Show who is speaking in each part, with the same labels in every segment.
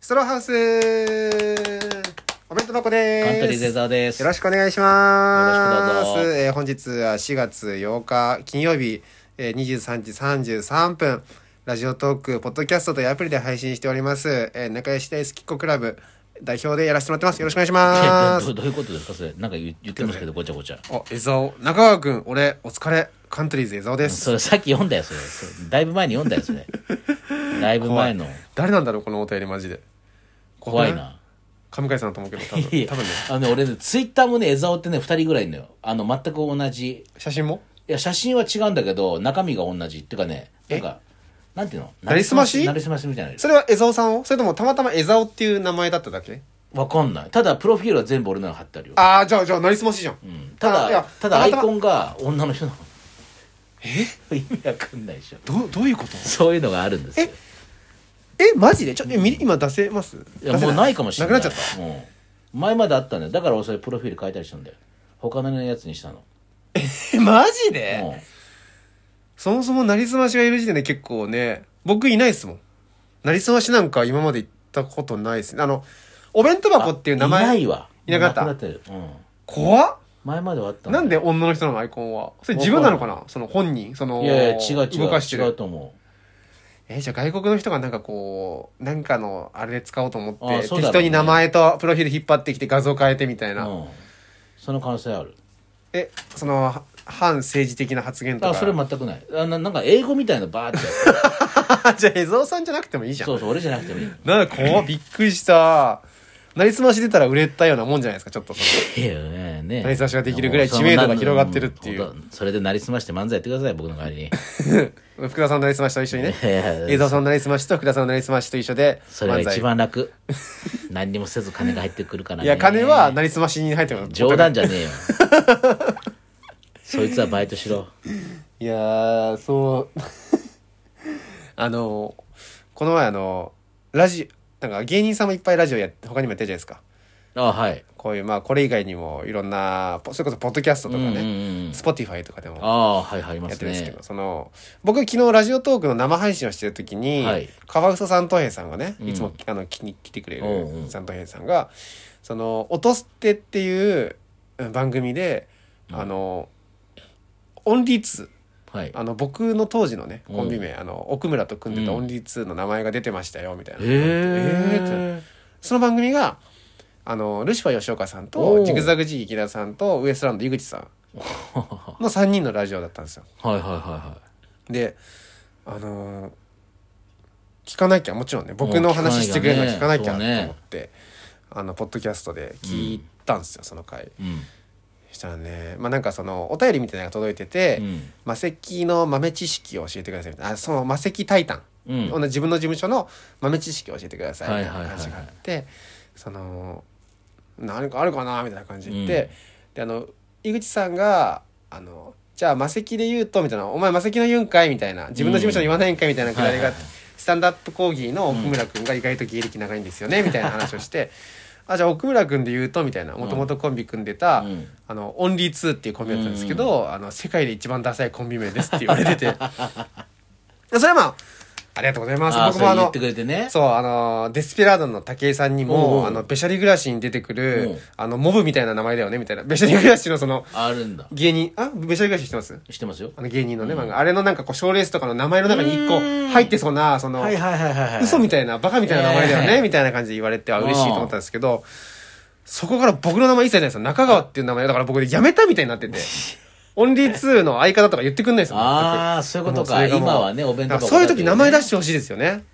Speaker 1: ストローハウスお弁当箱で
Speaker 2: カ
Speaker 1: す
Speaker 2: ントリーゼザーです。
Speaker 1: よろしくお願いします。
Speaker 2: よろしくどうぞ
Speaker 1: えー本日は4月8日金曜日、えー、23時33分、ラジオトーク、ポッドキャストというアプリで配信しております、えー、仲良し大好きっ子クラブ代表でやらせてもらってます。よろしくお願いしま
Speaker 2: え
Speaker 1: す
Speaker 2: ど。どどういうことですかそれ。なんか言言ってますけど、ごちゃごちゃ。
Speaker 1: あ、江沢、中川くん、俺、お疲れ。カントリーズ江沢です。
Speaker 2: それさっき読んだよ、それ。それだいぶ前に読んだよ、それ。だいぶ前の。
Speaker 1: 誰なんだろう、このお便りマジで。
Speaker 2: 怖い。な。
Speaker 1: 上海さんだと思うけど、多分。
Speaker 2: いや
Speaker 1: 多分ね。
Speaker 2: あのね、俺ね、ツイッターもね、江沢ってね、二人ぐらいいんのよ。あの、全く同じ。
Speaker 1: 写真も
Speaker 2: いや、写真は違うんだけど、中身が同じ。っていうかね、なんか、なんていうの
Speaker 1: なりすまし
Speaker 2: なりすましみたいな。
Speaker 1: それは江沢さんをそれともたまたま江沢っていう名前だっただけ
Speaker 2: わかんない。ただ、プロフィールは全部俺のが貼ってあるよ。
Speaker 1: ああ、じゃあ、じゃあ、なりすましじゃん。
Speaker 2: うんた
Speaker 1: あいや
Speaker 2: だ、ただア
Speaker 1: たま
Speaker 2: イ
Speaker 1: たま
Speaker 2: コンが女の人なの。え 意味わかんないでしょ。
Speaker 1: どう、どういうこと
Speaker 2: そういうのがあるんですよ。
Speaker 1: えマジでちょっと今出せます
Speaker 2: いやもうないかもしれな
Speaker 1: な
Speaker 2: い、
Speaker 1: くなっちゃった
Speaker 2: うん前まであったんだよだから俺それプロフィール変えたりしたんだよ他のやつにしたの、
Speaker 1: たマジで、
Speaker 2: うん
Speaker 1: そもそもなりすましがいる時点で結構ね僕いないですもんなりすましなんか今まで行ったことないですねあのお弁当箱っていう名前
Speaker 2: いないわ
Speaker 1: いなかった
Speaker 2: くなってる、うん、
Speaker 1: 怖っ
Speaker 2: 前まではあったんだ
Speaker 1: な
Speaker 2: よ
Speaker 1: んで女の人のアイコンはそれ自分なのかなその本人その
Speaker 2: いやいや違う違
Speaker 1: 動
Speaker 2: う
Speaker 1: かして
Speaker 2: 違う
Speaker 1: る
Speaker 2: と思
Speaker 1: えじゃあ外国の人がなんかこうなんかのあれで使おうと思って、
Speaker 2: あーそうだろうね、
Speaker 1: 適当に名前とプロフィール引っ張ってきて画像変えてみたいう
Speaker 2: う
Speaker 1: な、
Speaker 2: ん、その可能性ある
Speaker 1: えそのは反政治的な発言とか
Speaker 2: あそれ全くないあななんか英語みたいなのバーってやってる
Speaker 1: あ じゃあ江蔵さんじゃなくてもいい じゃん
Speaker 2: そうそう俺じゃなくてもいい
Speaker 1: なんか怖っびっくりした。なりすまし出たら売れたようなもんじゃないですか、ちょっとその。
Speaker 2: いやねね
Speaker 1: 成り差しができるぐらい知名度が広がってるっていう
Speaker 2: もそのなんそれでなりすまして漫才やってください僕の代わりに
Speaker 1: 福田さんのなりすましと一緒にね。
Speaker 2: いやいや
Speaker 1: 映像さんのなりすましと福田さんのなりすましと一緒で、
Speaker 2: それが
Speaker 1: 漫才
Speaker 2: 一番楽何にもせず金が入ってくるからね
Speaker 1: いや、金はなりすましに入ってます。
Speaker 2: 冗談
Speaker 1: じ
Speaker 2: じゃね えよそいつはバイトしろ
Speaker 1: いやー、そう。 あの、この前あの、ラジなんか芸人さんもいっぱいラジオやって、他にもやってるじゃないですか。
Speaker 2: あはい
Speaker 1: こういう、まあ、これ以外にもいろんな、ポそれこそポッドキャストとか
Speaker 2: うんうん
Speaker 1: ね、
Speaker 2: うん
Speaker 1: スポティファイとかでも
Speaker 2: ああはいはいありま
Speaker 1: やっ
Speaker 2: す
Speaker 1: てるんですけ
Speaker 2: ね
Speaker 1: ど、その僕昨日ラジオトークの生配信をしてる時に、
Speaker 2: はい
Speaker 1: カワウソさんとへいさんがね
Speaker 2: うん
Speaker 1: いつも、あの来に来てくれ
Speaker 2: うんう
Speaker 1: る
Speaker 2: ん
Speaker 1: さんとへいさんが「その音捨て」っていううん番組で、あのオンリーツ
Speaker 2: はい
Speaker 1: あの僕の当時のねコンビ名、あの奥村と組んでた
Speaker 2: うん
Speaker 1: オンリーツの名前が出てましたよみたいな、えーって
Speaker 2: え
Speaker 1: その番組があのルシファー吉岡さん
Speaker 2: お
Speaker 1: と
Speaker 2: ー
Speaker 1: ジグザグジギー池田さんとウエストランド井口さん
Speaker 2: ー、は
Speaker 1: の3人のラジオだったんですよ。
Speaker 2: いはいはいは
Speaker 1: であのー聞かなきゃもちろんね僕の話してくれるのは聞かなきゃ
Speaker 2: うん
Speaker 1: と
Speaker 2: 聞かなきゃね
Speaker 1: 思って、あのポッドキャストで聞いたんですよ、その回
Speaker 2: いうん
Speaker 1: したらねまあなんかそのお便りみたいなのが届いてて、
Speaker 2: うん
Speaker 1: 魔石の豆知識を教えてくださいみたいなあその魔石タイタン、
Speaker 2: うん
Speaker 1: 同じ自分の事務所の豆知識を教えてくださいみたい
Speaker 2: はい
Speaker 1: な
Speaker 2: はいはいはい
Speaker 1: 話があって、その何かあるかなみたいな感じで言って、であの井口さんがあのじゃあ魔石で言うとみたいな「お前魔石の言うんかい」みたいな自分の事務所に言わないんかいみたいなくだりがあって、
Speaker 2: うんはいはいはい
Speaker 1: スタンダップ講義の奥村君が意外と芸歴長いんですよね、みたいな話を して。あじゃあ奥村君で言うとみたいなもともとコンビ組んでた、
Speaker 2: うん
Speaker 1: あのオンリーツーっていうコンビだったんですけど、あの世界で一番ダサいコンビ名ですって言われて てそれはまあありがとうございます
Speaker 2: あー
Speaker 1: 僕もあ
Speaker 2: それ言
Speaker 1: の
Speaker 2: ってくれてね
Speaker 1: そうあのデスペラードの武井さんに
Speaker 2: おうお
Speaker 1: も
Speaker 2: う
Speaker 1: あのベシャリ暮らしに出てく
Speaker 2: お
Speaker 1: る
Speaker 2: う
Speaker 1: あのモブみたいな名前だよねみたいなベシャリ暮らしのその
Speaker 2: あるんだ
Speaker 1: 芸人あベシャリ暮らししてます
Speaker 2: 知ってますよ
Speaker 1: あの芸人のね、漫画あれのなんかこう賞レースとかの名前の中に一個入ってそうなその、
Speaker 2: はいはいはいはいはい
Speaker 1: 嘘みたいなバカみたいな名前だよね、
Speaker 2: ええ
Speaker 1: みたいな感じで言われては嬉しいと思ったんですけどそこから僕の名前一切ないですよ中川っていう名前だから僕で辞めたみたいにな っててオンリーツーの相方とか言ってくんないですよ
Speaker 2: ああそういうこと
Speaker 1: もうそ
Speaker 2: か
Speaker 1: れがもう
Speaker 2: 今はねお弁当
Speaker 1: なんか
Speaker 2: 箱
Speaker 1: そういう時名前出
Speaker 2: し
Speaker 1: してほしいですよね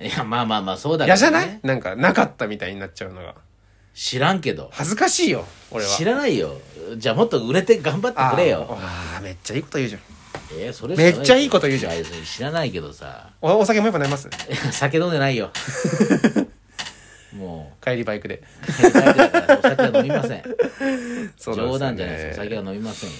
Speaker 2: いやまあまあまあそうだけど、
Speaker 1: 嫌
Speaker 2: ね、
Speaker 1: じゃないなんかなかったみたいになっちゃうのが
Speaker 2: 知らんけど
Speaker 1: 恥ずかしいよ俺は
Speaker 2: 知らないよじゃあもっと売れて頑張ってくれよ
Speaker 1: あーあーめっちゃいいこと言うじゃん
Speaker 2: えーそれ
Speaker 1: めっちゃいいこと言うじゃん
Speaker 2: ん知らないけどさ
Speaker 1: おお酒もやっぱ飲みます
Speaker 2: いや酒飲んでない よも
Speaker 1: 帰りバイクで
Speaker 2: う帰りたいからお酒は飲みません
Speaker 1: そう
Speaker 2: 冗
Speaker 1: な
Speaker 2: 談
Speaker 1: ん
Speaker 2: じゃない
Speaker 1: で
Speaker 2: です
Speaker 1: よ
Speaker 2: すよ
Speaker 1: ね
Speaker 2: 酒は飲みませんよ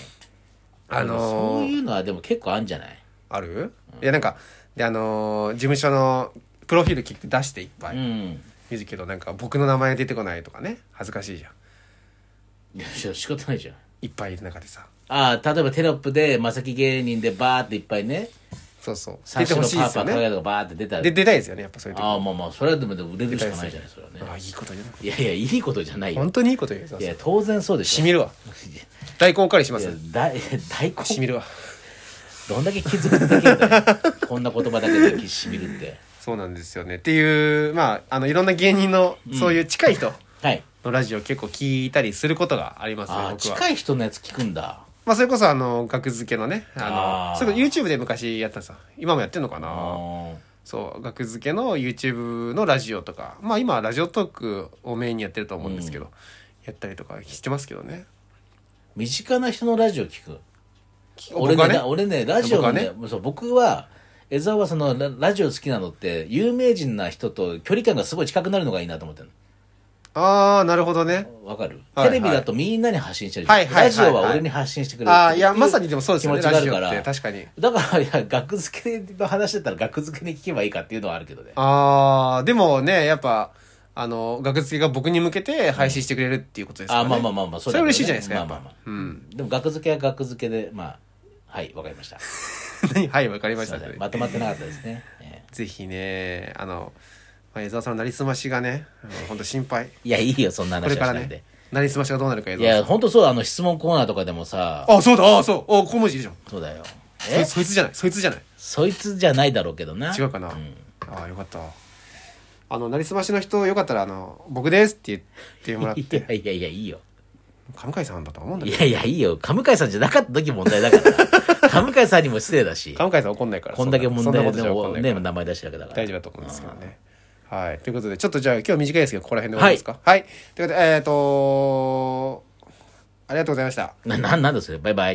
Speaker 1: あのー
Speaker 2: そういうのはでも結構あんじゃない
Speaker 1: ある、いやなんかであのー事務所のプロフィール聞いて出していっぱい、
Speaker 2: うん
Speaker 1: 言うけどなんか僕の名前出てこないとかね恥ずかしいじゃん
Speaker 2: いや仕方ないじゃん
Speaker 1: いっぱいいる中でさ
Speaker 2: ああ例えばテロップで「まさき芸人」でバーっていっぱいね
Speaker 1: そうそう
Speaker 2: 最
Speaker 1: 出て
Speaker 2: 初の
Speaker 1: ほ
Speaker 2: パ
Speaker 1: しいで
Speaker 2: ー
Speaker 1: す
Speaker 2: パ
Speaker 1: よ
Speaker 2: ー輝
Speaker 1: ね
Speaker 2: とかバーって出たら
Speaker 1: で出たいですよねやっぱそういう時
Speaker 2: ああまあまあそれはでもでも売れるしかないじゃないそれはね
Speaker 1: ああいいこと言うない
Speaker 2: やいやいいことじゃないよ
Speaker 1: 本当にいいこと言うぞ
Speaker 2: いや当然そうでし
Speaker 1: し
Speaker 2: ょ
Speaker 1: みるわ大根おかわりしま
Speaker 2: い
Speaker 1: す
Speaker 2: やだ大
Speaker 1: し
Speaker 2: 根
Speaker 1: みるわ
Speaker 2: どんだけ気づくだけだよこんな言葉だけでしみるって
Speaker 1: そうなんですよねっていうまああのいろんな芸人のそういう近い人
Speaker 2: はい
Speaker 1: のラジオ結構聞いたりすることがありますね
Speaker 2: ああ
Speaker 1: 僕は
Speaker 2: 近い人のやつ聞くんだ
Speaker 1: まあ、それこそあの学付けのねあの
Speaker 2: あー
Speaker 1: それこそ YouTube で昔やってたんですよ今もやってんのか
Speaker 2: あ
Speaker 1: な
Speaker 2: ー
Speaker 1: そう学付けの YouTube のラジオとかまあ今はラジオトークをメインにやってると思うんですけど、やったりとかしてますけどね
Speaker 2: 身近な人のラジオ聞く俺
Speaker 1: 僕は
Speaker 2: ね
Speaker 1: ね
Speaker 2: 俺ねラジオの
Speaker 1: 僕
Speaker 2: ね
Speaker 1: は
Speaker 2: そう僕は江澤はそのララジオ好きなのって有名人な人と距離感がすごい近くなるのがいいなと思ってる
Speaker 1: ああなるほどね
Speaker 2: のわかる、
Speaker 1: はいはい
Speaker 2: テレビだとみんなに発信してる、
Speaker 1: はいはいはいはい
Speaker 2: ラジオは俺に発信してくれる
Speaker 1: ああ
Speaker 2: っ
Speaker 1: い
Speaker 2: ていう
Speaker 1: やまさにでもそうですよね
Speaker 2: 気持
Speaker 1: ラ
Speaker 2: ちがあ
Speaker 1: ジ
Speaker 2: る
Speaker 1: オ
Speaker 2: か
Speaker 1: っ
Speaker 2: ら
Speaker 1: て確かに
Speaker 2: だからいや学付けの話だったら学付けに聞けばいいかっていうのはあるけどね
Speaker 1: ああでもねやっぱあの学付けが僕に向けて配信してくれるっていうことですから、
Speaker 2: あ
Speaker 1: ね
Speaker 2: まあまあまあまあ
Speaker 1: それ
Speaker 2: だけどね
Speaker 1: 嬉しいじゃないですか
Speaker 2: ま
Speaker 1: や
Speaker 2: あ
Speaker 1: っ
Speaker 2: まあ
Speaker 1: ぱ
Speaker 2: まあ、でも学付けは学付けでまあはいわかり ましたす
Speaker 1: 何 はいわかりま
Speaker 2: い
Speaker 1: した
Speaker 2: ませんまとまってなかったですね、え
Speaker 1: ぜひねあの、まあ、江澤さんのなりすましがね本当心配
Speaker 2: えいやいいよそんな
Speaker 1: これ
Speaker 2: 話
Speaker 1: か
Speaker 2: はし
Speaker 1: ら
Speaker 2: ないで、
Speaker 1: ねなりすましがどうなるか江
Speaker 2: い
Speaker 1: 澤さ
Speaker 2: や本当そうあの質問コーナーとかでもさ
Speaker 1: んあそうだあそうお小文字いるじゃん
Speaker 2: そうだよ
Speaker 1: そ
Speaker 2: え
Speaker 1: いそいつじゃないそいつじゃない
Speaker 2: そいつじゃないだろうけどな
Speaker 1: 違うかな、あよかったあのなりすましの人よかったらあの僕ですって言ってもらっ
Speaker 2: い
Speaker 1: て
Speaker 2: やいやいやいいよ
Speaker 1: 上海さんだと思うんだ
Speaker 2: い
Speaker 1: けど
Speaker 2: やいやいいよ上海さんじゃなかった時問題だ からな上海さんにも失礼だし
Speaker 1: 上海さん怒んないから
Speaker 2: こんだけ問
Speaker 1: そな
Speaker 2: 題
Speaker 1: ことじ
Speaker 2: で
Speaker 1: ゃ怒ん
Speaker 2: も
Speaker 1: ないから
Speaker 2: ね名前出してるわけだから
Speaker 1: 大丈夫だと思うんですけどね。はい。ということで、ちょっとじゃあ今日短いですけど、ここら辺で終わ
Speaker 2: は
Speaker 1: り
Speaker 2: い
Speaker 1: ますか。はい。ということで、えっ、とありがとうございました。
Speaker 2: なななんだそれバイバイ